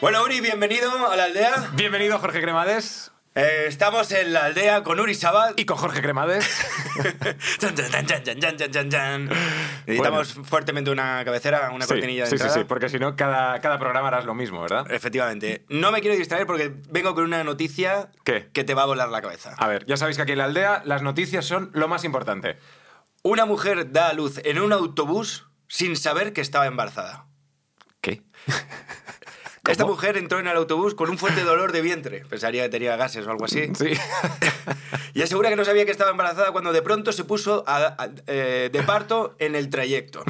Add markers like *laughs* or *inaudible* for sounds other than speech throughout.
Bueno, Uri, bienvenido a la aldea. Bienvenido, Jorge Cremades. Eh, estamos en la aldea con Uri Sabat. Y con Jorge Cremades. *laughs* *laughs* Chan, chan, chan, chan, chan, chan, chan, chan. Necesitamos fuertemente una cabecera, una cortinilla de sí, sí, entrada. sí, porque si no, cada, cada programa harás lo mismo, ¿verdad? Efectivamente. No me quiero distraer porque vengo con una noticia ¿Qué? Ah. que te va a volar la cabeza. A ver, ya sabéis que aquí en la aldea las noticias son lo más importante. Una mujer da a luz en un autobús sin saber que estaba embarazada. ¿Qué? Esta mujer entró en el autobús con un fuerte dolor de vientre. Pensaría que tenía gases o algo así. Sí. *laughs* Y asegura que no sabía que estaba embarazada cuando de pronto se puso a- a- eh, de parto en el trayecto.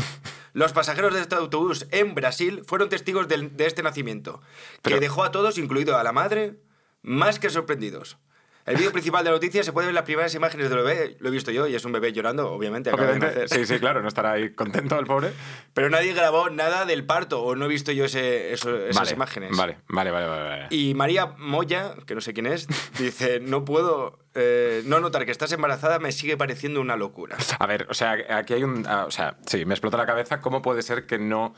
Los pasajeros de este autobús en Brasil fueron testigos del- de este nacimiento, que Pero- dejó a todos, incluido a la madre, más que sorprendidos. El vídeo principal de la noticia se puede ver las primeras imágenes del bebé. Lo he visto yo y es un bebé llorando, obviamente. acaba de Obviamente, nacer. sí, sí, claro, no estará ahí contento el pobre. Pero nadie grabó nada del parto o no he visto yo ese- eso- esas Vale, imágenes. Vale, vale, vale, vale. vale. Y María Moya, que no sé quién es, dice, no puedo eh, no notar que estás embarazada, me sigue pareciendo una locura. A ver, o sea, aquí hay un... ah, o sea, sí, me explota la cabeza. ¿Cómo puede ser que no,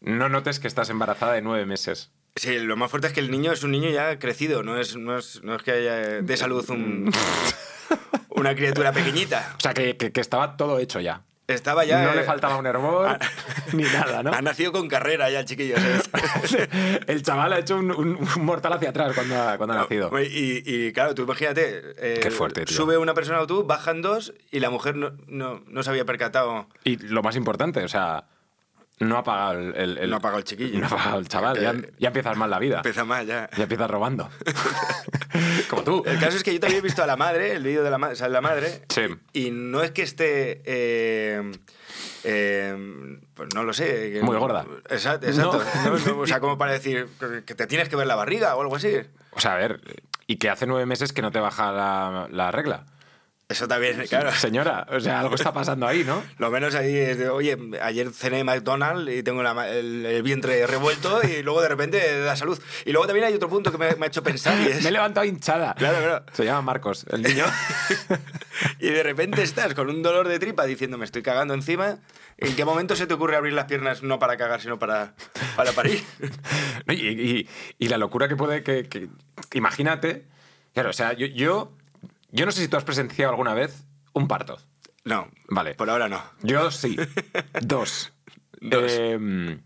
no notes que estás embarazada de nueve meses? Sí, lo más fuerte es que el niño es un niño ya crecido, no es, no es, no es que haya de salud *laughs* un- una criatura pequeñita. O sea, que, que- que estaba todo hecho ya. Estaba ya... no eh, le faltaba un hervor *laughs* ni nada, ¿no? Ha nacido con carrera ya el chiquillo. *laughs* ¿sabes? El chaval ha hecho un, un- un mortal hacia atrás cuando ha, cuando ha nacido. Y, y, claro, tú imagínate, eh, Qué fuerte, tío. sube una persona al autobús, bajan dos y la mujer no, no, no se había percatado. Y lo más importante, o sea, no ha pagado el, el- el- No ha pagado el chiquillo. No ha pagado el chaval. Ya, Eh, ya empiezas mal la vida. Empieza mal ya. Ya *laughs* empiezas robando. Como tú. El caso es que yo también he visto a la madre, el vídeo de la, ma- o sea, de la madre. Sí. Y no es que esté. eh, eh, pues no lo sé. que- Muy gorda. Exacto. exacto. No, No. no, o sea, como para decir que- que te tienes que ver la barriga o algo así. O sea, a ver, y que hace nueve meses que no te baja la, la regla. Eso también, claro. Señora, o sea, algo está pasando ahí, ¿no? Lo menos ahí es de, oye, ayer cené McDonald's y tengo la ma- el, el vientre revuelto y luego de repente da salud. Y luego también hay otro punto que me, me ha hecho pensar y es... *laughs* Me he levantado hinchada. Claro, claro. Se llama Marcos, el *laughs* niño. y de repente estás con un dolor de tripa diciendo me estoy cagando encima. ¿En qué momento se te ocurre abrir las piernas no para cagar, sino para, para parir? *laughs* No, Y, y- y la locura que puede que, que- Imagínate. Claro, o sea, yo, yo. Yo no sé si tú has presenciado alguna vez un parto. No, Vale. por ahora no. Yo *laughs* sí. Dos. Dos. Eh,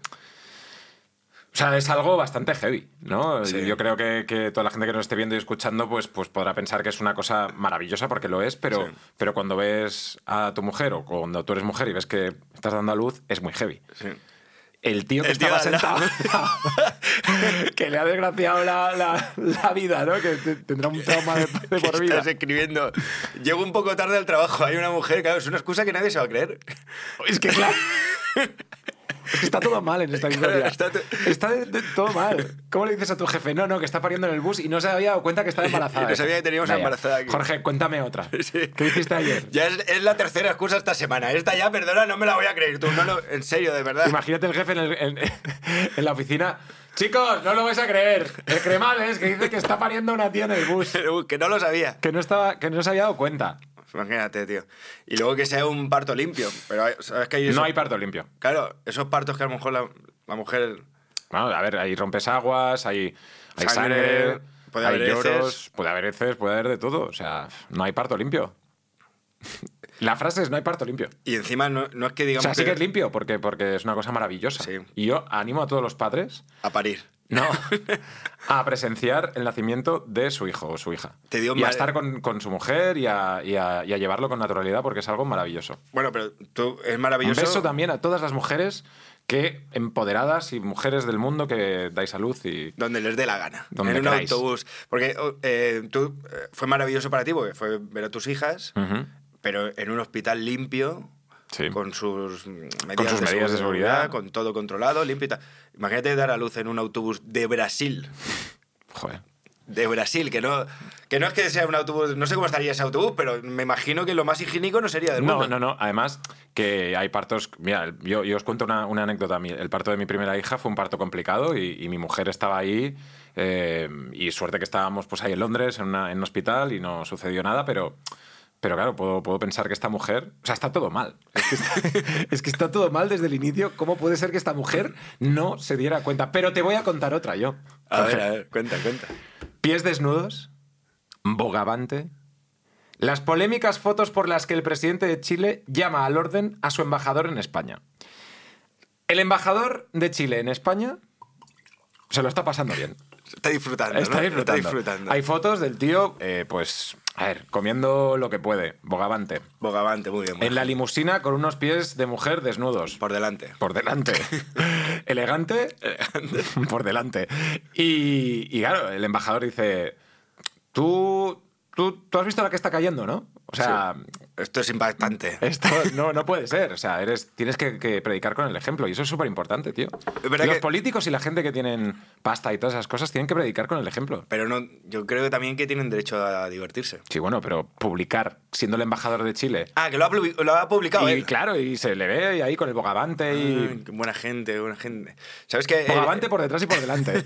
o sea, es algo bastante heavy, ¿no? Sí. Yo creo que, que toda la gente que nos esté viendo y escuchando pues, pues podrá pensar que es una cosa maravillosa porque lo es, pero, Sí. pero cuando ves a tu mujer o cuando tú eres mujer y ves que estás dando a luz, es muy heavy. Sí. El tío que El tío estaba de al sentado. *laughs* que le ha desgraciado la, la- la vida, ¿no? Que te- tendrá un *laughs* trauma de, de por ¿Qué vida. Estás escribiendo. Llego un poco tarde al trabajo. Hay una mujer, claro, es una excusa que nadie se va a creer. Es que claro. Es que está todo mal en esta *laughs* Claro, historia. está Está, to- de- de- todo mal. ¿Cómo le dices a tu jefe? No, no, que está pariendo en el bus y no se había dado cuenta que estaba *laughs* embarazada. Y no sabía que teníamos Vaya. embarazada aquí. Jorge, cuéntame otra. *laughs* Sí. ¿Qué hiciste ayer? Ya es, es la tercera excusa esta semana. Esta ya, perdona, no me la voy a creer. Tú, no, lo- en serio, de verdad. Imagínate el jefe en, el- en- *laughs* en la oficina. Chicos, no lo vais a creer. El cremales que dice que está pariendo una tía en el bus. *laughs* Uy, que no lo sabía. Que no, estaba, que no se había dado cuenta. Imagínate, tío. Y luego que sea un parto limpio. Pero hay- sabes que hay eso- No hay parto limpio. Claro, esos partos que a lo mejor la, la mujer. Bueno, a ver, hay rompesaguas, hay, hay Sangre, sangre, puede hay haber lloros, heces. puede haber heces, puede haber de todo. O sea, no hay parto limpio. *laughs* La frase es no hay parto limpio. Y encima no, no es que O digamos sea, sí que es limpio porque, porque es una cosa maravillosa. Sí. Y yo animo a todos los padres a parir. *laughs* no, a presenciar el nacimiento de su hijo o su hija. Te digo, y a madre- estar con, con su mujer y a, y a- y a llevarlo con naturalidad porque es algo maravilloso. Bueno, pero tú es Un maravilloso. beso también a todas las mujeres que empoderadas y mujeres del mundo que dais a luz y Donde les dé la gana. Donde en un queráis. autobús. Porque oh, eh, tú, eh, fue maravilloso para ti, porque fue ver a tus hijas, Ujú. pero en un hospital limpio, Mm. Sí. con sus mm, medidas, sus medidas de seguridad. con todo controlado, limpio y tal. Imagínate dar a luz en un autobús de Brasil. Joder. De Brasil, que no, que no es que sea un autobús, no sé cómo estaría ese autobús, pero me imagino que lo más higiénico no sería del No, mundo. no, no. Además, que hay partos. Mira, yo, yo os cuento una, una anécdota. Mi- El parto de mi primera hija fue un parto complicado y, y mi mujer estaba ahí. eh, y suerte que estábamos pues ahí en Londres, en, una- en un hospital, y no sucedió nada, pero. Pero claro, puedo, puedo pensar que esta mujer. O sea, está todo mal. Es que está, *laughs* es que está todo mal desde el inicio. ¿Cómo puede ser que esta mujer no se diera cuenta? Pero te voy a contar otra yo. A ver, a ver, cuenta, cuenta. Pies desnudos, bogavante. Las polémicas fotos por las que el presidente de Chile llama al orden a su embajador en España. El embajador de Chile en España se lo está pasando bien. Está disfrutando, ¿no? Está disfrutando. disfrutando. Hay fotos del tío, eh, pues, a ver, comiendo lo que puede, bogavante. Bogavante, muy bien. muy En la bien. limusina con unos pies de mujer desnudos. Por delante. Por delante. Elegante. Por delante. Y, y claro, el embajador dice, tú, tú, tú has visto la que está cayendo, ¿no? O sea, Esto es impactante. esto no, no puede ser. O sea, eres, tienes que, que predicar con el ejemplo. Y eso es súper importante, tío. verdad Los que- políticos y la gente que tienen pasta y todas esas cosas tienen que predicar con el ejemplo. Pero no, yo creo que también que tienen derecho a divertirse. Sí, bueno, pero publicar siendo el embajador de Chile. Ah, que lo ha, publi- lo ha publicado y él. claro, y se le ve ahí con el bogavante Ay, y. qué buena gente, buena gente. ¿Sabes que eh, Bogavante por detrás y por delante.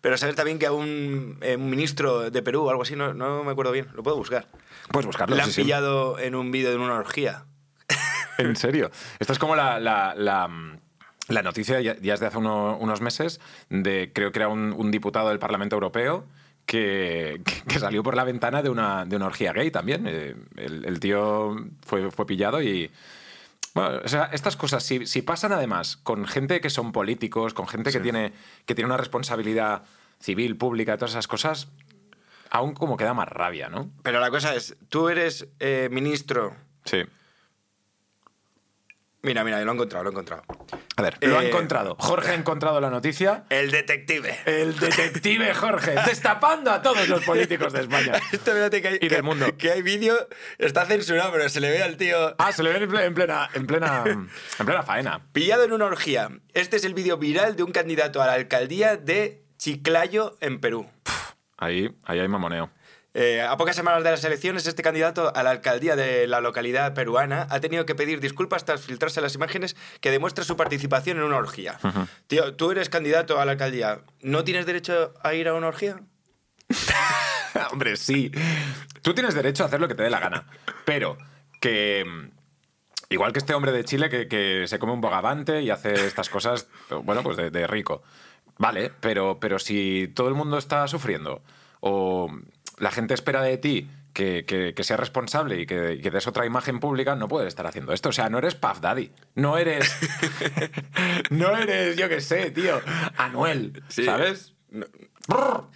Pero sabes también que a un, eh, un ministro de Perú o algo así, no, no me acuerdo bien, lo puedo buscar. Puedes buscarlo. Le han sí, sí. pillado en un vídeo de una orgía. En serio. Esto es como la, la- la, mm, la noticia ya, ya es de hace uno- unos meses de, creo que era un, un diputado del Parlamento Europeo. Que, que- que salió por la ventana de una, de una orgía gay también. Eh, El, el tío fue, fue pillado y... Bueno, o sea, estas cosas, si, si pasan además con gente que son políticos, con gente que, tiene, que tiene una responsabilidad civil, pública, todas esas cosas, aún como queda más rabia, ¿no? Pero la cosa es, tú eres eh, ministro. Sí. Mira, mira, lo he encontrado, lo he encontrado. A ver, lo ha Eh, encontrado. Jorge ha encontrado la noticia. El detective. *laughs* El detective Jorge, destapando a todos los políticos de España. Esto, espérate, Este, que hay, Y del que- mundo. Que hay vídeo, está censurado, pero se le ve al tío. Ah, se le ve en ple- en plena, en plena, en plena faena. Pillado en una orgía. Este es el vídeo viral de un candidato a la alcaldía de Chiclayo, en Perú. Ahí, ahí hay mamoneo. Eh, a pocas semanas de las elecciones, este candidato a la alcaldía de la localidad peruana ha tenido que pedir disculpas tras filtrarse las imágenes que demuestran su participación en una orgía. Tío, tú eres candidato a la alcaldía. ¿No tienes derecho a ir a una orgía? *laughs* Hombre, sí. Tú tienes derecho a hacer lo que te dé la gana. Pero que. mm, Igual que este hombre de Chile que, que se come un bogavante y hace estas cosas, bueno, pues de, de rico. Vale, pero, pero si todo el mundo está sufriendo o la gente espera de ti que, que- que seas responsable y que, y que des otra imagen pública, no puedes estar haciendo esto. O sea, no eres Puff Daddy. No eres. no eres, yo qué sé, tío. Anuel. ¿Sabes? Brr. Bueno, O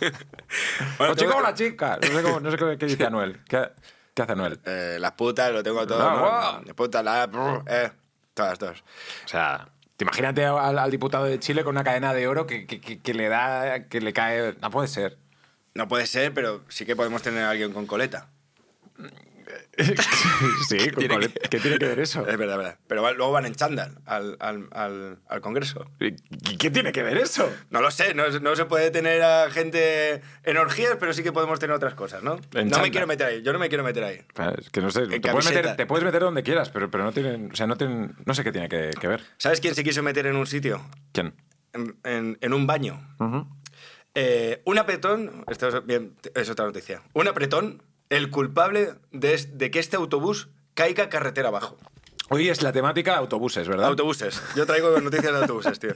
tengo- Pues chico o la chica. No sé, cómo- no sé qué, qué dice Anuel. ¿Qué, qué hace Anuel? Eh, las putas, lo tengo todo. No, ¿no? guau. Las putas, las... brr, eh, todas, todas. O sea, te imagínate al, al diputado de Chile con una cadena de oro que, que- que- que le da, que le cae. No puede ser. No puede ser, pero sí que podemos tener a alguien con coleta. *laughs* sí, Eh, ¿Qué tiene tiene, que- ¿qué tiene que ver eso? Es verdad, es verdad. Pero va- luego van en chándal al, al- al- al Congreso. ¿Qué, qué tiene que ver eso? No lo sé, no, no se puede tener a gente en orgías, pero sí que podemos tener otras cosas, ¿no? no chándal. me quiero meter ahí, yo no me quiero meter ahí. Ah, Es que no sé, te puedes, camiseta. meter, te puedes meter donde quieras, pero, pero no tienen, o sea, no tienen, no sé qué tiene que, que ver. ¿Sabes quién se quiso meter en un sitio? ¿Quién? En, en- en un baño. Eh, un apretón, esto es, bien, es otra noticia, un apretón, el culpable de, es- de que este autobús caiga carretera abajo. Hoy es la temática autobuses, ¿verdad? Autobuses, yo traigo *laughs* noticias de autobuses, tío.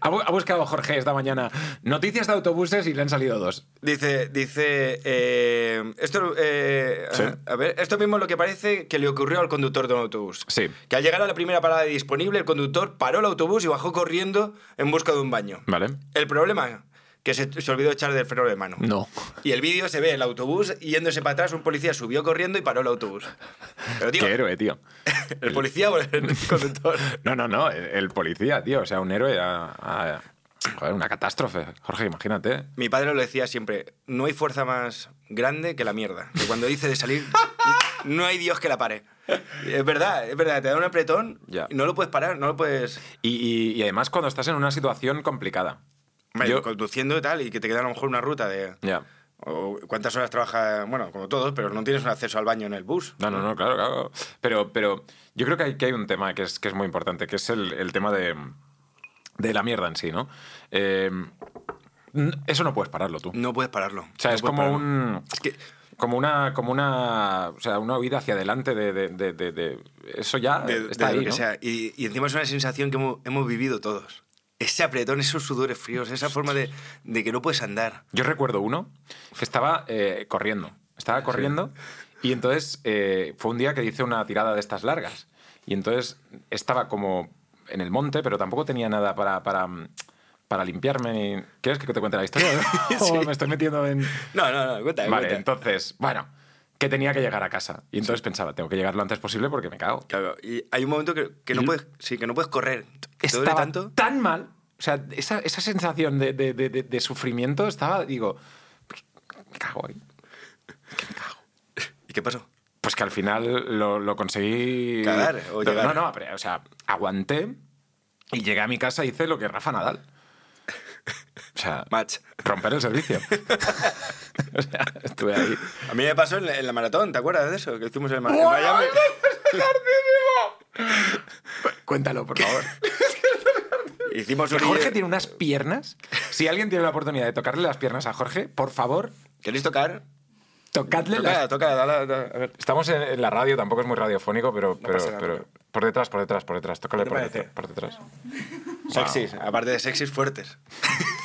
ha, bu- ha buscado Jorge esta mañana noticias de autobuses y le han salido dos. Dice, dice, eh, esto, eh, Sí. a ver, esto mismo es lo que parece que le ocurrió al conductor de un autobús. Sí. Que al llegar a la primera parada disponible, el conductor paró el autobús y bajó corriendo en busca de un baño. Vale. El problema, que se, se olvidó echar del freno de mano. No. Y el vídeo se ve el autobús yéndose para atrás, un policía subió corriendo y paró el autobús. Pero tío, Qué héroe, tío. el policía o el *laughs* conductor. No, no, no, el, el policía, tío, o sea, un héroe a, a- joder, una catástrofe. Jorge, imagínate. Mi padre lo decía siempre, no hay fuerza más grande que la mierda. Que cuando dice de *laughs* salir, no hay Dios que la pare. Es verdad, es verdad, te da un apretón, Ya. y no lo puedes parar, no lo puedes... Y, y- y además cuando estás en una situación complicada. Hombre, Yo- conduciendo y tal, y que te queda a lo mejor una ruta de... Ya. o ¿Cuántas horas trabaja? Bueno, como todos, pero no tienes un acceso al baño en el bus. No, no, no, claro, claro. Pero, pero yo creo que hay, que hay un tema que es, que es muy importante, que es el, el tema de, de la mierda en sí, ¿no? Eh, n- eso no puedes pararlo tú. No puedes pararlo. O sea, no es puedes como pararlo. un... Es que como una, como una, o sea, una huida hacia adelante de, de- de- de- de- eso ya de, de Ah, está ahí, lo que ¿no? sea. Y, y encima es una sensación que hemos, hemos vivido todos. Ese apretón, esos sudores fríos, esa forma de, de que no puedes andar. Yo recuerdo uno que estaba eh, corriendo. Estaba *laughs* corriendo y entonces eh, fue un día que hice una tirada de estas largas. Y entonces estaba como en el monte, pero tampoco tenía nada para, para, para limpiarme. ni- ¿Quieres que te cuente la *laughs* historia? O me estoy metiendo en... No, no, no, cuéntame. Vale, cuéntame. entonces, bueno, que tenía que llegar a casa. Y entonces pensaba, tengo que llegar lo antes posible porque me cago. Claro, y hay un momento que, que no, Y- puedes, sí, que no puedes correr. ¿Te duele Estaba tanto? tan mal, o sea, esa, esa sensación de, de- de- de- de sufrimiento estaba, digo, me cago ahí. ¿Y qué pasó? Pues que al final lo, lo conseguí. Cagar o no, llegar. no, no, pero, o sea, aguanté y llegué a mi casa y hice lo que Rafa Nadal. O sea, Match. romper el servicio. *laughs* o sea, estuve ahí. A mí me pasó en la, en la maratón, ¿te acuerdas de eso? Que hicimos en, el ma- en Miami. Cuéntalo, por favor. Hicimos Que un Jorge tiene unas piernas. Si alguien tiene la oportunidad de tocarle las piernas a Jorge, por favor, ¿Queréis tocar? tocadle Toca, las. toca, dale, dale, a ver. Estamos en, en la radio, tampoco es muy radiofónico, pero. pero, pasa nada. pero- por detrás, por detrás, por detrás. Tócale te por, parece? detrás, por detrás. Sexys, aparte de sexys fuertes.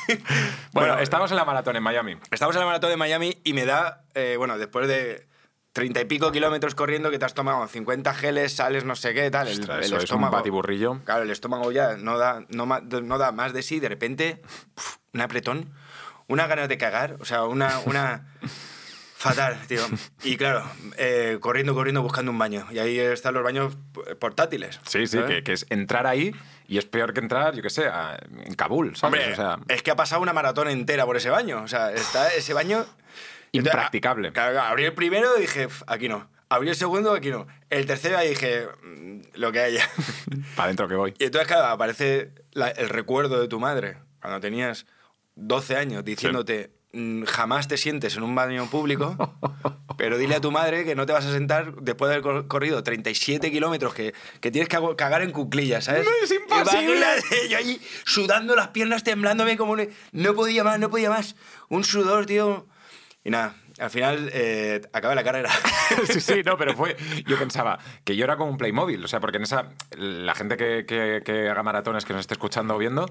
Bueno, Bueno, estamos en la maratón en Miami. Estamos en la maratón de Miami y me da, eh, bueno, después de treinta y pico kilómetros corriendo que te has tomado 50 geles, sales, no sé qué, tal, el, Ostras, el eso es un estómago. batiburrillo. Claro, el estómago ya no da, no, ma- no da más de sí, de repente, uf, un apretón, una ganas de cagar, o sea, una... *laughs* una Fatal, tío. Y claro, eh, corriendo, corriendo, buscando un baño. Y ahí están los baños portátiles. Sí, sí, ¿sabes? que, que es entrar ahí y es peor que entrar, yo qué sé, a- en Kabul, ¿sabes? Hombre, o sea, es que ha pasado una maratón entera por ese baño. O sea, está ese baño. Impracticable. Entonces, a- claro, abrí el primero y dije, "Pf, aquí no. Abrí el segundo, aquí no. El tercero ahí dije, "Mm, lo que *laughs* haya. para adentro que voy. y entonces, claro, aparece la- el recuerdo de tu madre, cuando tenías 12 años, diciéndote, "Mm, jamás te sientes en un baño público, pero dile a tu madre que no te vas a sentar después de haber cor- corrido 37 kilómetros, que, que tienes que agu- cagar en cuclillas, ¿sabes? No, es Y imposible. imagínate, yo ahí sudando las piernas, temblándome como... un- e-, No podía más, no podía más. Un sudor, tío. Y nada, al final eh, acabé la carrera. *laughs* *laughs* sí, sí, no, pero fue. Yo pensaba que yo era como un Playmobil, o sea, porque en esa. La gente que, que- que haga maratones, que nos esté escuchando o viendo,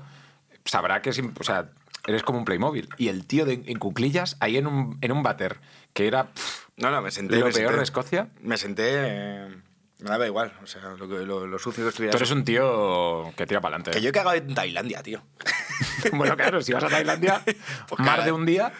sabrá que es. imp- O sea, eres como un Playmobil. Y el tío de, en cuclillas, ahí en un, en un váter, que era pff, No, no, me senté... lo me peor senté. de Escocia. Me senté... eh, me daba igual, o sea, lo, que- lo, lo sucio que estuviera. Tú eres un tío que tira para Que adelante. yo he cagado en Tailandia, tío. *laughs* Bueno, claro, si vas a *laughs* Tailandia, Pues más cagar. de un día.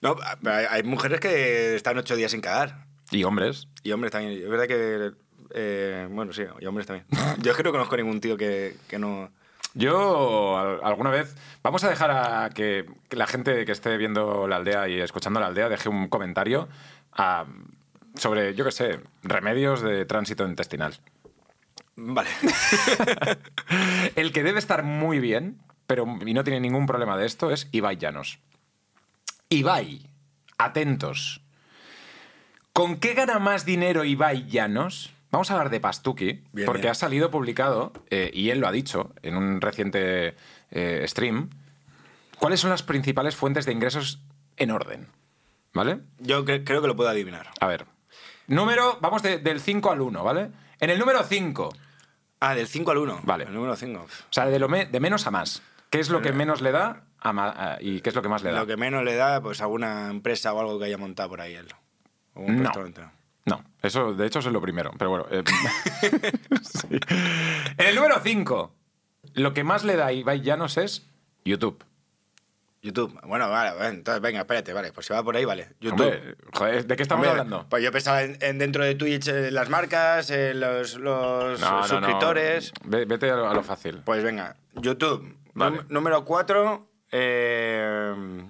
No, hay, hay mujeres que están ocho días sin cagar. Y hombres. Y hombres también. Es verdad que... eh, bueno, sí, y hombres también. Yo es que no conozco ningún tío que, que no... Yo al- alguna vez vamos a dejar a que, que la gente que esté viendo la aldea y escuchando la aldea deje un comentario ah, sobre, yo qué sé, remedios de tránsito intestinal. Vale. El que debe estar muy bien, pero y no tiene ningún problema de esto, es Ibai Llanos. Ibai, atentos. ¿Con qué gana más dinero Ibai Llanos? Vamos a hablar de Pastuki, Bien, porque bien. ha salido publicado, eh, y él lo ha dicho en un reciente eh, stream, cuáles son las principales fuentes de ingresos en orden. ¿Vale? Yo cre- creo que lo puedo adivinar. A ver. Número, vamos de- del 5 al 1, ¿vale? En el número 5, Ah, del 5 al 1. Vale. El número 5. O sea, de, lo me- de menos a más. ¿Qué es lo que menos le da a ma- a- y qué es lo que más le da? Eh, Lo que menos le da, pues alguna empresa o algo que haya montado por ahí él. O un No. restaurante. No, eso de hecho eso es lo primero, pero bueno. *laughs* eh, *laughs* sí. En el número 5, lo que más le da a Ibai Llanos es YouTube. YouTube. Bueno, vale, vale, entonces venga, espérate, vale. Pues si va por ahí, vale. YouTube. Hombre, joder, ¿de qué estamos Hombre, hablando? Pues yo pensaba en, en dentro de Twitch eh, las marcas, eh, los, los No, no, no. suscriptores. Ve- Vete a lo, a lo fácil. Pues venga, YouTube. Vale. Num- número 4,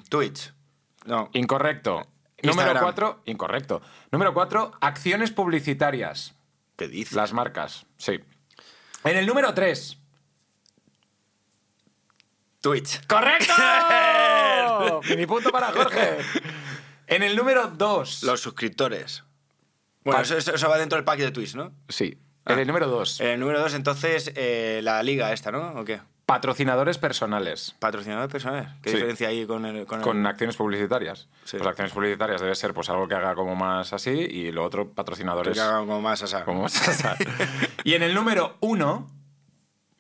Twitch. No. Incorrecto. Eh, Instagram. Número 4, incorrecto. Número 4, acciones publicitarias. ¿Qué dices? Las marcas, sí. En el número 3, Twitch. *laughs* ¡Correcto! Mini punto para Jorge. En el número 2. Los suscriptores. Bueno, Pa- eso, eso- eso va dentro del pack de Twitch, ¿no? Sí. En el número 2. En el número 2, entonces, eh, la eh, liga esta, ¿no? ¿O qué? Patrocinadores personales. Patrocinador personal. ¿Qué Sí. diferencia hay con el...? Con el- Con acciones publicitarias. Sí. Pues acciones publicitarias debe ser pues algo que haga como más así y lo otro patrocinadores que haga como más asado. como más así. y en el número uno,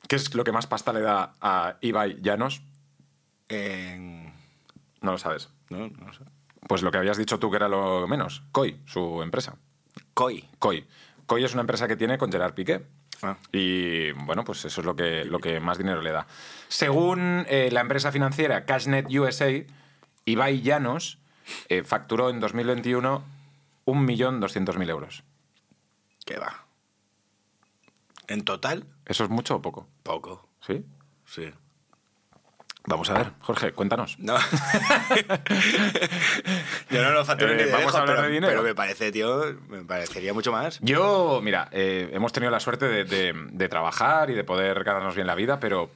que es lo que más pasta le da a Ibai Llanos, En- no lo sabes. No, no sé. Pues lo que habías dicho tú que era lo menos, COI, su empresa. Koi. COI. COI es una empresa que tiene con Gerard Piqué. Ah. Y bueno, pues eso es lo que, lo que más dinero le da. Según eh, la empresa financiera Cashnet USA, Ibai Llanos eh, facturó en 2021 1.200.000 euros. ¿Qué va? ¿En total? ¿Eso es mucho o poco? Poco, ¿Sí? sí. Vamos a ver, Jorge, cuéntanos. *laughs* No. Yo no lo facturo Eh, ni de vamos lejos, a hablar pero, de dinero. pero me parece, tío, me parecería mucho más. Yo, mira, eh, hemos tenido la suerte de, de- de trabajar y de poder ganarnos bien la vida, pero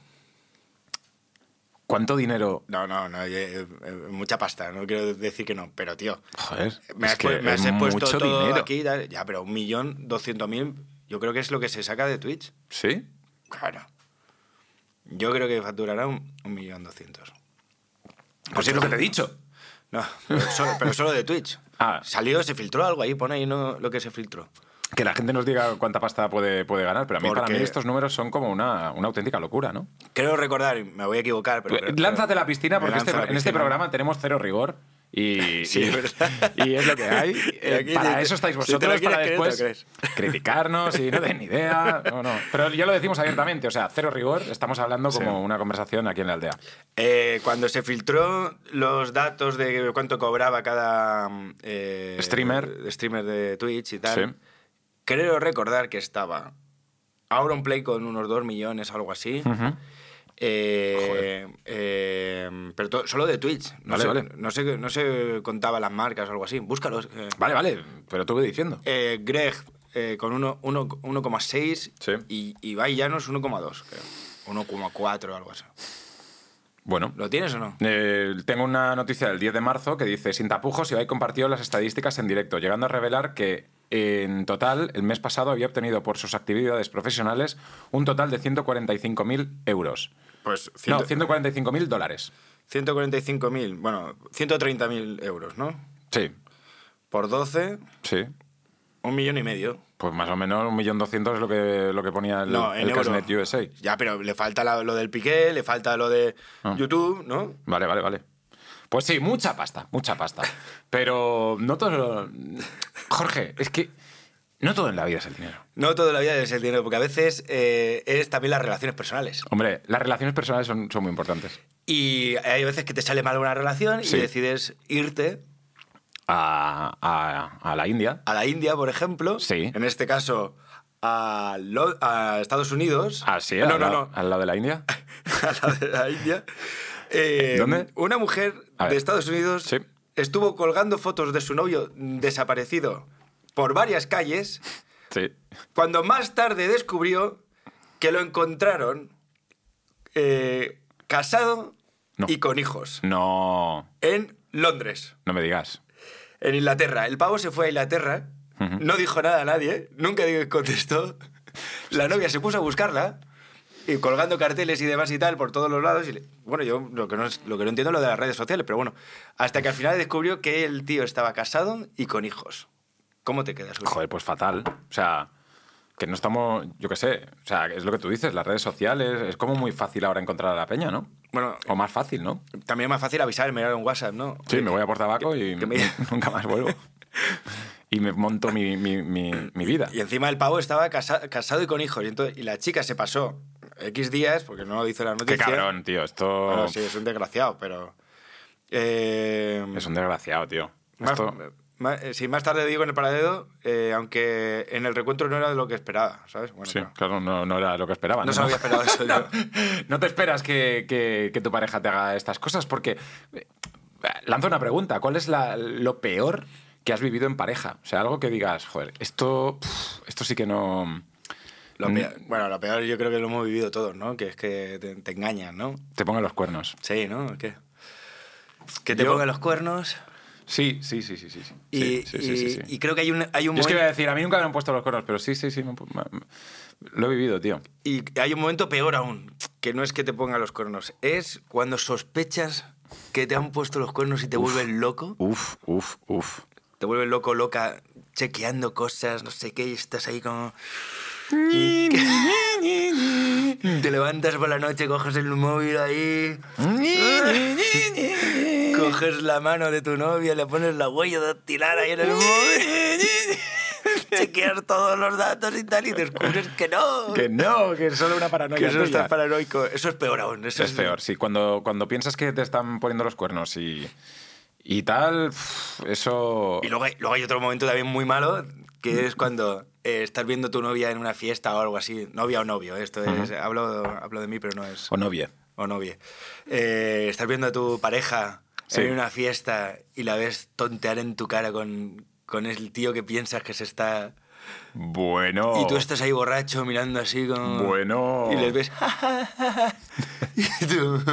¿cuánto dinero? No, no, no, eh, eh, mucha pasta, no quiero decir que no, pero tío, Joder, me es has, que pu- me es has puesto mucho todo dinero. aquí, tal, ya, pero un millón doscientos mil, yo creo que es lo que se saca de Twitch. ¿Sí? Claro. Yo creo que facturará un, un millón doscientos. Pues es lo que te he dicho. No, pero solo, pero solo de Twitch. *laughs* Ah. Salió, se filtró algo ahí, pone ahí no, lo que se filtró. Que la gente nos diga cuánta pasta puede, puede ganar, pero a mí, para Porque- mí estos números son como una, una auténtica locura, ¿no? Eh, Creo recordar, me voy a equivocar, pero... creo- Lánzate a la piscina Me porque este- lanzo a la en este piscina. programa tenemos cero rigor y, *laughs* Sí, y- es verdad. y es lo *laughs* que hay. Eh, aquí para te- eso estáis si te lo vosotros, quieres para creer, te lo después crees. *laughs* criticarnos y no tenéis ni idea. No, no. Pero ya lo decimos abiertamente, o sea, cero rigor, estamos hablando como una conversación aquí en la aldea. Eh, cuando se filtró los datos de cuánto cobraba cada eh, Streamer. streamer de Twitch y tal, Sí. creo recordar que estaba Auron Play con unos 2 millones, algo así. Ujú. Eh, eh, pero to- solo de Twitch. No, Vale, sé, vale. No, sé, no se contaba las marcas o algo así. Búscalos. eh. Vale, vale, pero tú ve diciendo. Eh, Greg eh, con uno- uno- 1,6 Sí. y, y Ibai Llanos 1,2, creo. 1,4 o algo así. Bueno. ¿Lo tienes o no? Eh, tengo una noticia del 10 de marzo que dice, sin tapujos, Ibai compartió las estadísticas en directo, llegando a revelar que en total, el mes pasado había obtenido por sus actividades profesionales un total de 145.000 euros. Pues No, 145.000 dólares. 145.000, bueno, 130.000 euros, ¿no? Sí, Por 12, sí. un millón y medio. Pues más o menos 1.200.000 es lo que, lo que ponía el, no, en el euros. Casnet USA. Ya, pero le falta la- lo del Piqué, le falta lo de Ah. YouTube, ¿no? Vale, vale, vale. Pues sí, mucha pasta, mucha pasta. Pero no todo... Jorge, es que no todo en la vida es el dinero. No toda la vida es el dinero, porque a veces eh, es también las relaciones personales. Hombre, las relaciones personales son- son muy importantes. Y hay veces que te sale mal una relación Sí. y decides irte a, a- a la India. a la India, por ejemplo. Sí. En este caso, a, lo- a Estados Unidos. Así, no, al, no, lado- no. al lado de Ah, la India. *laughs* a la, de la India. Eh, ¿Dónde? Una mujer A ver. de Estados Unidos Sí. estuvo colgando fotos de su novio desaparecido por varias calles Sí. cuando más tarde descubrió que lo encontraron eh, casado No. y con hijos No, en Londres, no me digas. en Inglaterra. El pavo se fue a Inglaterra, no dijo nada a nadie, nunca dio- contestó. La novia se puso a buscarla y colgando carteles y demás y tal por todos los lados. Y le- bueno, yo lo que, no, es- lo que no entiendo es lo de las redes sociales, pero bueno. Hasta que al final descubrió que el tío estaba casado y con hijos. ¿Cómo te quedas? Ulises? Joder, pues fatal. O sea, que no estamos, yo qué sé, o sea, es lo que tú dices, las redes sociales, es como muy fácil ahora encontrar a la peña, ¿no? Bueno, O más fácil, ¿no? también es más fácil avisarme ahora en WhatsApp, ¿no? Sí, me voy a por tabaco y que me- *laughs* nunca más vuelvo. Y me monto mi, mi- mi- mi vida. Y encima el pavo estaba casa- casado y con hijos. Y, entonces- y la chica se pasó X días, porque no lo dice la noticia. Qué cabrón, tío. Esto Bueno, sí, es un desgraciado, pero. eh, es un desgraciado, tío. más, Esto- ma- eh, sí, más tarde digo en el paradero, eh, aunque en el reencuentro no era de lo que esperaba, ¿sabes? Bueno, Sí, claro. claro, no, no era lo que esperaba. No se había esperado *laughs* eso yo. No te esperas que, que- que tu pareja te haga estas cosas porque... eh, Lanzo una pregunta. ¿Cuál es la- lo peor que has vivido en pareja? O sea, algo que digas, joder, esto, pf, esto sí que no... Lo peor- bueno, lo peor yo creo que lo hemos vivido todos, ¿no? Que es que te, te engañan, ¿no? Te pongo los cuernos. Sí, ¿no? ¿Qué? Que te Yo- pongan los cuernos. Sí, sí, sí, sí, sí. sí. Y, Sí, sí, sí, y- sí. y creo que hay un, hay un Yo es momento- que iba a decir, a mí nunca me han puesto los cuernos, pero sí, sí, sí. me han pu- me- me- Lo he vivido, tío. Y hay un momento peor aún, que no es que te ponga los cuernos, es cuando sospechas que te han puesto los cuernos y te vuelven loco. Uf, uf, uf. Te vuelven loco, loca, chequeando cosas, no sé qué, y estás ahí como... Mm. Te levantas por la noche, coges el móvil ahí, Mm. coges la mano de tu novia, le pones la huella dactilar ahí en Mm. el móvil, *laughs* chequeas todos los datos y tal, y descubres que no. *laughs* Que no, que es solo una paranoia. que eso tuya. estás paranoico. Eso es peor aún. Eso Es peor, sí. Cuando, cuando piensas que te están poniendo los cuernos y, y tal, pf, eso... Y luego hay, luego hay otro momento también muy malo, que es cuando eh, estás viendo tu novia en una fiesta o algo así, novia o novio, esto es, hablo, hablo de mí, pero no es... O novia. O novia. Eh, estás viendo a tu pareja Sí. en una fiesta y la ves tontear en tu cara con, con el tío que piensas que se está... Bueno. Y tú estás ahí borracho mirando así como... Oh. Bueno. Y les ves... *laughs* y tú...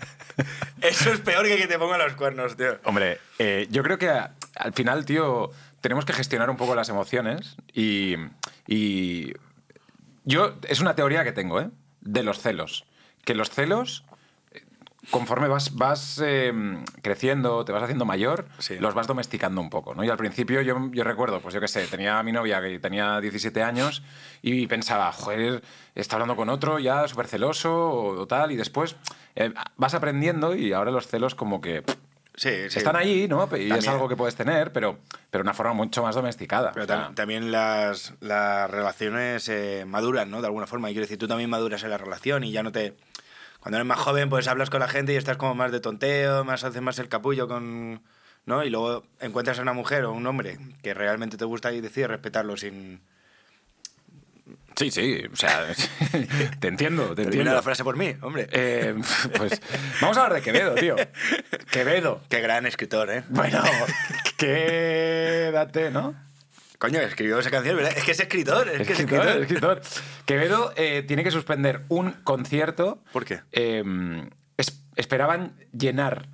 *laughs* Eso es peor que que te pongan los cuernos, tío. Hombre, eh, yo creo que a- al final, tío, tenemos que gestionar un poco las emociones y, y yo es una teoría que tengo, ¿eh? De los celos, que los celos eh, conforme vas, vas eh, creciendo, te vas haciendo mayor, Sí. los vas domesticando un poco, ¿no? Y al principio yo, yo recuerdo, pues yo qué sé, tenía a mi novia que tenía 17 años y pensaba, joder, está hablando con otro ya súper celoso o, o tal, y después eh, vas aprendiendo y ahora los celos como que... pff, Sí, sí. están ahí, ¿no? Y es También. algo que puedes tener, pero, pero de una forma mucho más domesticada. Pero O sea, tam- también las, las relaciones eh, maduran, ¿no? De alguna forma. Y quiero decir, tú también maduras en la relación y ya no te... Cuando eres más joven, pues hablas con la gente y estás como más de tonteo, más haces más el capullo con... ¿no? Y luego encuentras a una mujer o un hombre que realmente te gusta y decides respetarlo sin... Sí, sí, o sea, *laughs* te entiendo, te Termina entiendo. la frase por mí, hombre. Eh, *laughs* pues vamos a hablar de Quevedo, *laughs* tío. Quevedo. Qué gran escritor, ¿eh? Bueno, quédate, ¿no? Coño, escribió esa canción, ¿verdad? Es que es escritor, es, que es Escritor, escritor. escritor. Quevedo eh, tiene que suspender un concierto. ¿Por qué? Eh, es- esperaban llenar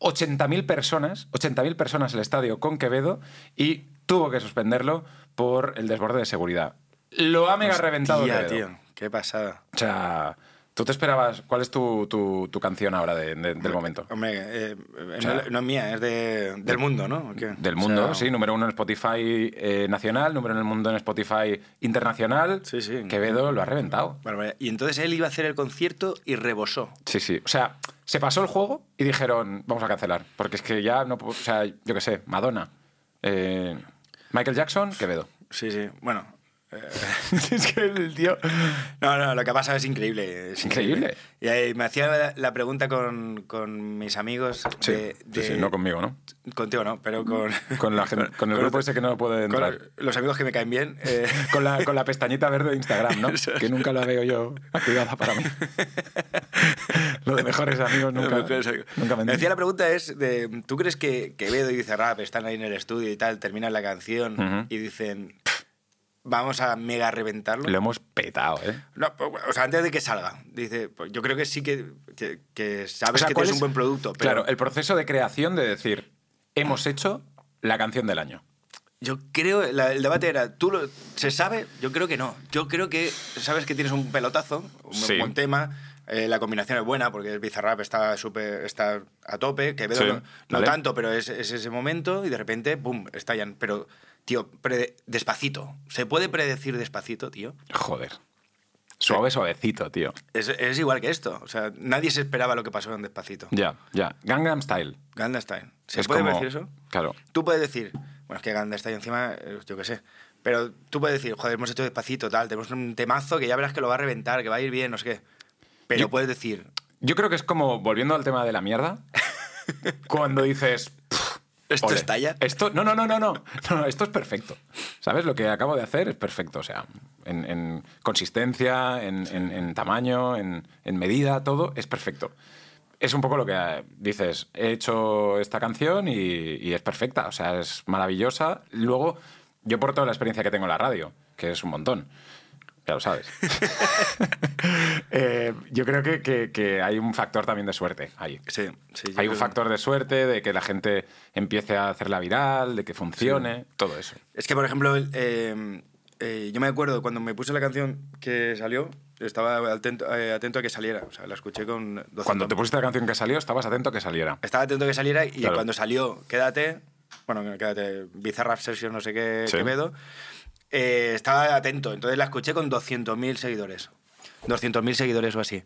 80.000 personas, 80.000 personas el estadio con Quevedo y tuvo que suspenderlo por el desborde de seguridad. Lo ha mega reventado Tía, Quevedo. tío, qué pasada. O sea, tú te esperabas. ¿Cuál es tu, tu- tu canción ahora de- de- del momento? Hombre, eh, eh, O sea, no, no es mía, es de- del mundo, ¿no? ¿O qué? Del O mundo, sea, sí, número uno en Spotify eh, nacional, número uno en el mundo en Spotify internacional. Sí, sí. Quevedo lo ha reventado. Barbaridad. Y entonces él iba a hacer el concierto y rebosó. Sí, sí. O sea, se pasó el juego y dijeron, vamos a cancelar. Porque es que ya no. pu- O sea, yo qué sé, Madonna. eh, Michael Jackson, Quevedo. Sí, sí. *laughs* Bueno. eh, es que el tío. No, no, lo que ha pasado es increíble. Es Increíble. Y ahí me hacía la- la pregunta con, con mis amigos. Sí, de- sí, sí, de- no conmigo, ¿no? Contigo no, pero con. Con, la gen- con el grupo ese que no puede *laughs* con entrar. los amigos que me caen bien. *laughs* eh, Con la, con la pestañita verde de Instagram, ¿no? Eso es. Que nunca la veo yo activada para mí. *laughs* Lo de mejores amigos nunca, nunca me me hacía la pregunta es de, ¿tú crees que Quevedo y Bizarrap están ahí en el estudio y tal, terminan la canción Ujú. y dicen vamos a mega reventarlo? Lo hemos petado, ¿eh? No, pues, o sea, antes de que salga. Dice, pues, yo creo que sí que, que, que sabes O sea, que ¿cuál tienes un es- buen producto, pero Claro, el proceso de creación de decir, hemos hecho la canción del año. yo creo, la- el debate era, ¿tú lo, se sabe? Yo creo que no. Yo creo que sabes que tienes un pelotazo, un Sí. buen tema, eh, la combinación es buena porque el Bizarrap está, súper está a tope, Quevedo Sí, no, no vale. tanto, pero es, es ese momento y de repente, ¡pum!, estallan. Pero, tío, prede- despacito. ¿Se puede predecir despacito, tío? Joder. Suave, suavecito, tío. Es, es igual que esto. O sea, nadie se esperaba lo que pasó en despacito. Ya, ya. Gangnam Style. Gangnam Style. ¿Se Es puede como- decir eso? Claro. Tú puedes decir, bueno, es que Ganda está ahí encima, eh, yo qué sé. Pero tú puedes decir, joder, hemos hecho despacito, tal, tenemos un temazo que ya verás que lo va a reventar, que va a ir bien, no sé qué. Pero Yo- puedes decir, Yo creo que es como, volviendo al tema de la *laughs* mierda, cuando dices... "Pff, ¿Esto ole, Eh, estalla?" Esto, no, no, no, no, no, no, no, esto es perfecto. ¿Sabes? Lo que acabo de hacer es perfecto. O sea, en, en consistencia, en, en- en tamaño, en, en medida, todo es perfecto. Es un poco lo que eh, dices, he hecho esta canción y, y es perfecta, o sea, es maravillosa. Luego, yo por toda la experiencia que tengo en la radio, que es un montón, ya *laughs* lo sabes. *laughs* Eh, yo creo que, que- que hay un factor también de suerte ahí. sí, sí. yo Hay creo un que- factor de suerte, de que la gente empiece a hacerla viral, de que funcione, todo eso. Es que, por ejemplo, el- eh, eh, yo me acuerdo cuando me puse la canción que salió, estaba atento, eh, atento a que saliera. O sea, la escuché con... 12 Cuando te pusiste la canción que salió, estabas atento a que saliera. Estaba atento a que saliera y Claro. cuando salió Quédate, bueno, Quédate, Bizarrap Session, no sé qué, Sí. Quevedo, eh, estaba atento. Entonces la escuché con 200.000 seguidores. 200.000 seguidores o así.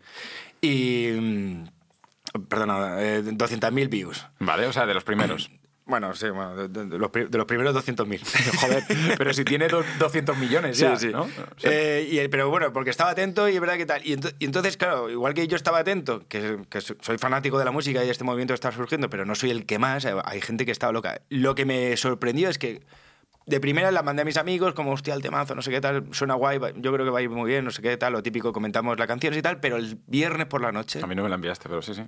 Y... mm, Perdona, eh, 200.000 views. ¿Vale? O sea, de los *laughs* primeros. Bueno, sí, bueno, de, de- de los, pri- de los primeros *laughs* 200.000. Joder, pero si tiene do- 200 millones Sí, ya, sí. ¿no? O sea, Eh, y el- pero bueno, porque estaba atento y es verdad que tal. Y, ento- y entonces, claro, igual que yo estaba atento, que, que so- soy fanático de la música y este movimiento está surgiendo, pero no soy el que más, eh, hay gente que estaba loca. Lo que me sorprendió es que de primera la mandé a mis amigos, como, hostia, el temazo, no sé qué tal, suena guay, va- yo creo que va a ir muy bien, no sé qué tal, lo típico, comentamos la canción y tal, pero el viernes por la noche, a mí no me la enviaste, pero sí, sí.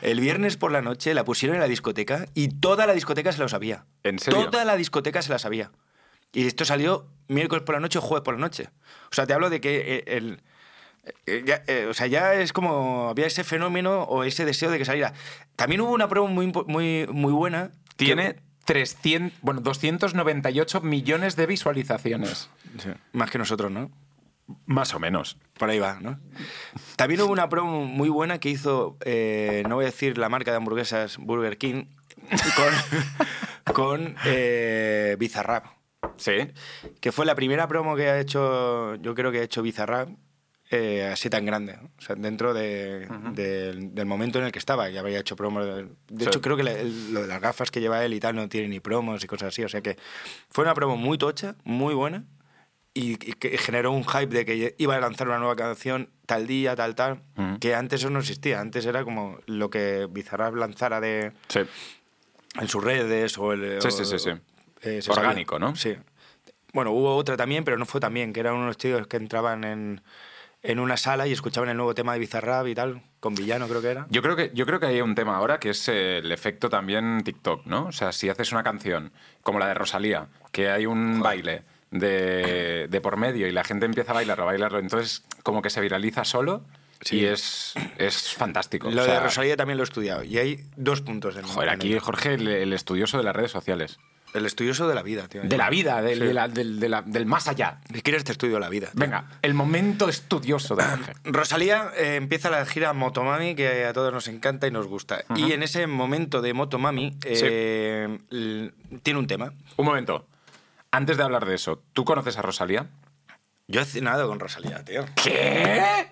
el viernes por la noche la pusieron en la discoteca y toda la discoteca se lo sabía. ¿En serio? Toda la discoteca se la sabía. Y esto salió miércoles por la noche o jueves por la noche. O sea, te hablo de que eh, el... eh, ya, eh, o sea, ya es como había ese fenómeno o ese deseo de que saliera. También hubo una prueba muy, impo- muy, muy buena. que- Tiene 300, bueno, 298 millones de visualizaciones. Sí, más que nosotros, ¿no? Más o menos. Por ahí va, ¿no? También hubo una promo muy buena que hizo, eh, no voy a decir la marca de hamburguesas Burger King, con, *laughs* con eh, Bizarrap, Sí. que fue la primera promo que ha hecho, yo creo que ha hecho Bizarrap eh, así tan grande, ¿no? o sea, dentro de- del, del momento en el que estaba, ya había hecho promos. De de Sí. hecho, creo que la- el- lo de las gafas que lleva él y tal no tiene ni promos y cosas así, o sea que fue una promo muy tocha, muy buena y, y que generó un hype de que iba a lanzar una nueva canción tal día, tal, tal, Ujú. que antes eso no existía. Antes era como lo que Bizarrap lanzara de, Sí. en sus redes o el... Sí, o- sí, sí, sí. eh, se Orgánico, sabía. ¿no? Sí. Bueno, hubo otra también, pero no fue también, que eran unos tíos que entraban en, en una sala y escuchaban el nuevo tema de Bizarrap y tal, con Villano creo que era. Yo creo que, yo creo que hay un tema ahora que es eh, el efecto también TikTok, ¿no? O sea, si haces una canción como la de Rosalía, que hay un baile de, de por medio y la gente empieza a bailarlo, a bailarlo, entonces como que se viraliza solo Sí. y es, es fantástico. Lo O sea, de Rosalía también lo he estudiado y hay dos puntos en Joder, en aquí el, Jorge, el, el estudioso de las redes sociales. el estudioso de la vida, tío. De la vida, del, Sí. de la- del- de la- del más allá. ¿Qué quieres te estudio de la vida? tío? Venga, el momento estudioso de *coughs* Jorge. Rosalía eh, empieza la gira Motomami, que a todos nos encanta y nos gusta. Y en ese momento de Motomami, eh, l- tiene un tema. Un momento. Antes de hablar de eso, ¿tú conoces a Rosalía? Yo he cenado con Rosalía, tío. ¿Qué?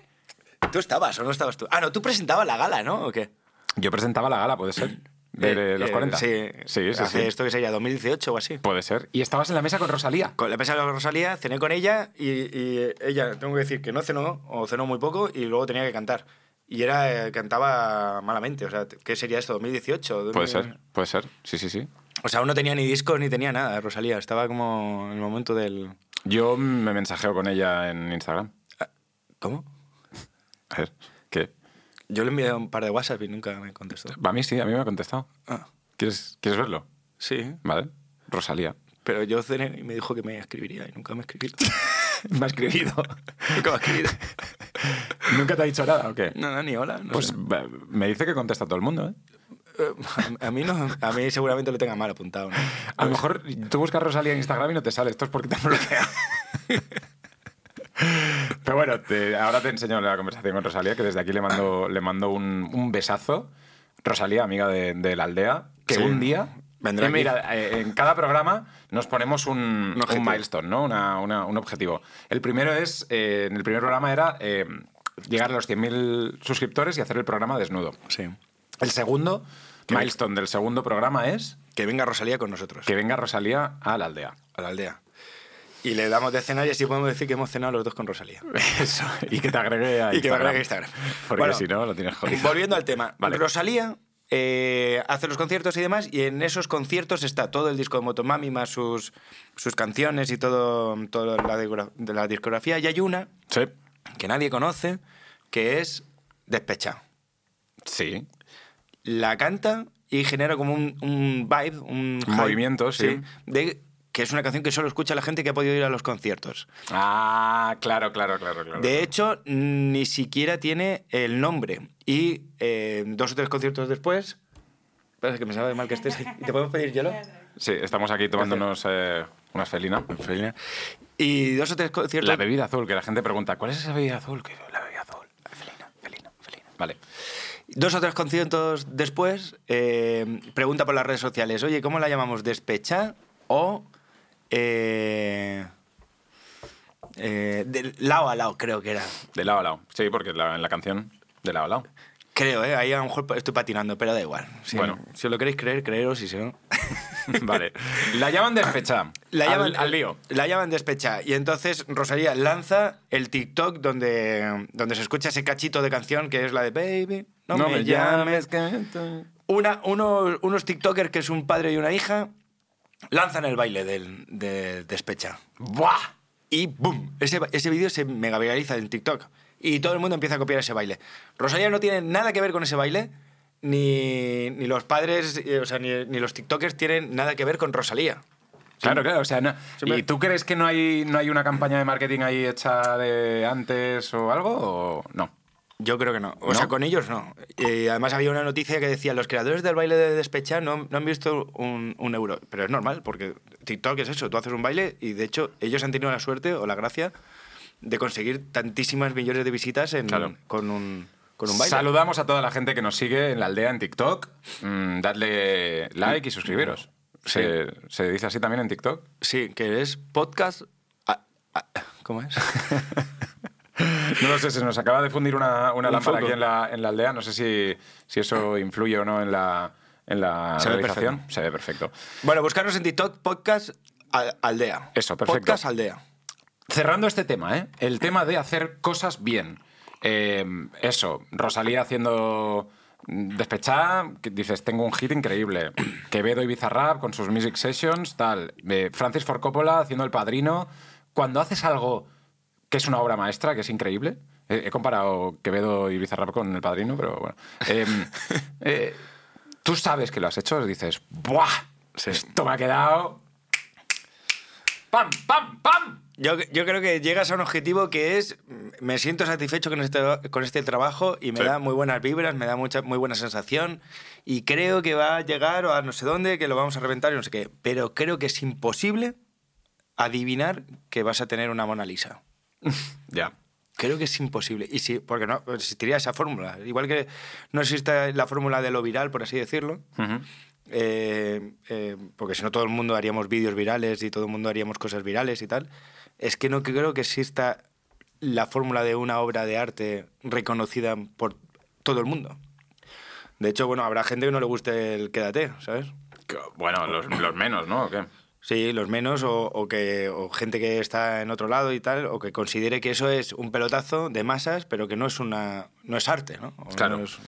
¿Tú estabas o no estabas tú? Ah, no, tú presentabas la gala, ¿no? ¿O qué? Yo presentaba la gala, puede *clears throat* ser. De, de Eh, los eh, 40. sí, sí, sí. Hace sí. esto que sería 2018 o así. Puede ser. Y estabas en la mesa con Rosalía. Con la pesa de Rosalía, cené con ella y, y ella, tengo que decir que no cenó o cenó muy poco y luego tenía que cantar. Y era, eh, cantaba malamente, o sea, ¿qué sería esto? ¿2018? Puede ser, puede ser. Sí, sí, sí. O sea, aún no tenía ni discos ni tenía nada, Rosalía. Estaba como en el momento del. Yo me mensajeo con ella en Instagram. ¿Cómo? A ver, ¿qué? Yo le envié un par de WhatsApp y nunca me contestó. A mí sí, a mí me ha contestado. Ah, ¿Quieres, quieres verlo? sí. Vale. Rosalía. Pero yo cené y me dijo que me escribiría y nunca me escribió. *laughs* *laughs* Me ha escribido. nunca me escribió. *laughs* ¿Nunca te ha dicho nada o qué? Nada, ni hola. No Pues sé. va, me dice que contesta a todo el mundo, ¿eh? Eh, *laughs* a- a mí no, a mí seguramente lo tenga mal apuntado. ¿no? A lo mejor tú buscas Rosalía en Instagram y no te sale. Esto es porque te han bloqueado. *laughs* Pero bueno, te- ahora te enseño la conversación con Rosalía, que desde aquí le mando, le mando un, un besazo. Rosalía, amiga de, de la aldea, que Sí. un día... Vendrá Eh, aquí. mira, eh, en cada programa nos ponemos un, un objetivo. milestone, ¿no? Una- una- un objetivo. El primero es, eh, en el primer programa era eh, llegar a los 100.000 suscriptores y hacer el programa desnudo. Sí. El segundo, ¿Qué? milestone del segundo programa es Que venga Rosalía con nosotros, que venga Rosalía a la aldea. a la aldea. Y le damos de cenar y así podemos decir que hemos cenado los dos con *laughs* Rosalía. Eso. Y que te agregue *laughs* a Y que me Instagram. agregue a Instagram. Porque Bueno, si no, lo tienes jodido. Volviendo al tema. Vale. Rosalía eh, hace los conciertos y demás, y en esos conciertos está todo el disco de Motomami, más sus, sus canciones y todo, todo la, digra- de la discografía. Y hay una Sí. que nadie conoce, que es Despechado. Sí. La canta y genera como un, un vibe, un hype, movimiento, sí. de, que es una canción que solo escucha la gente que ha podido ir a los conciertos. Ah, claro, claro, claro, claro. De hecho, ni siquiera tiene el nombre. Y eh, dos o tres conciertos después. Espera, es que me sabe mal que estés ahí. ¿Te podemos pedir hielo? Sí, estamos aquí tomándonos eh, una felina. Felina. Y dos o tres conciertos. La bebida azul, que la gente pregunta, ¿cuál es esa bebida azul? Que la bebida azul. Felina, felina, felina. Vale. Dos o tres conciertos después, eh, pregunta por las redes sociales, oye, ¿cómo la llamamos? ¿Despecha o eh, eh, de lao a lao? Creo que era. De lado a lado. Sí, porque la- en la canción, de lado *laughs* a lado. Creo, ¿eh? Ahí a lo mejor estoy patinando, pero da igual. Si, Bueno. si lo queréis creer, creeros y si no... Vale. La llaman despecha. La Al- llaman, al, lío. La llaman despecha. Y entonces Rosalía lanza el TikTok donde, donde se escucha ese cachito de canción que es la de Baby, no, me, llames. que- Una, unos, unos TikTokers que es un padre y una hija lanzan el baile del, de despecha. ¡Buah! Y ¡boom! Ese, ese vídeo se mega viraliza en TikTok. Y todo el mundo empieza a copiar ese baile. Rosalía no tiene nada que ver con ese baile, ni, ni los padres, eh, o sea, ni, ni los TikTokers tienen nada que ver con Rosalía. Claro, claro, o sea, no- Sí, me- ¿y tú crees que no hay, no hay una campaña de marketing ahí hecha de antes o algo? O no. Yo creo que no. O ¿No? sea, con ellos no. Y además había una noticia que decía, los creadores del baile de despecha no, no han visto un, un euro. Pero es normal, porque TikTok es eso. Tú haces un baile y, de hecho, ellos han tenido la suerte o la gracia de conseguir tantísimas millones de visitas en- Claro. con, un, con un baile. Saludamos a toda la gente que nos sigue en la aldea en TikTok. Mm, dadle like y suscribiros. Se, se dice así también en TikTok. Sí, que es podcast... a- a- ¿Cómo es? No lo sé, se nos acaba de fundir una, una Un foco. lámpara aquí en la, en la aldea. No sé si, si eso influye o no en la, en la Se ve realización. se ve perfecto. *laughs* bueno, buscarnos en TikTok podcast al- aldea. Eso, perfecto. Podcast aldea. Cerrando este tema, ¿eh? el tema de hacer cosas bien. Eh, eso, Rosalía haciendo mm, despechada, que dices, tengo un hit increíble. *clears throat* Quevedo y Bizarrap con sus music sessions, tal. Eh, Francis Ford Coppola haciendo El Padrino. Cuando haces algo que es una obra maestra, que es increíble. eh, He comparado Quevedo y Bizarrap con El Padrino, pero bueno. Eh, eh, tú sabes que lo has hecho, dices, ¡buah! Esto me ha quedado... ¡Pam, pam, pam! Yo, yo creo que llegas a un objetivo que es, mm, me siento satisfecho con este, con este trabajo y me Sí. da muy buenas vibras, me da mucha, muy buena sensación y creo que va a llegar o a no sé dónde, que lo vamos a reventar y no sé qué. Pero creo que es imposible adivinar que vas a tener una Mona Lisa. Ya. Creo que es imposible. Y sí, porque no existiría esa fórmula. Igual que no existe la fórmula de lo viral, por así decirlo. eh, eh, porque si no todo el mundo haríamos vídeos virales y todo el mundo haríamos cosas virales y tal, es que no creo que exista la fórmula de una obra de arte reconocida por todo el mundo. De hecho, bueno, habrá gente que no le guste el quédate, ¿sabes? Que- Bueno, los, los menos, ¿no? ¿O qué? Sí, los menos, o, o que, o gente que está en otro lado y tal, o que considere que eso es un pelotazo de masas, pero que no es una no es arte, ¿no? O Claro. no es-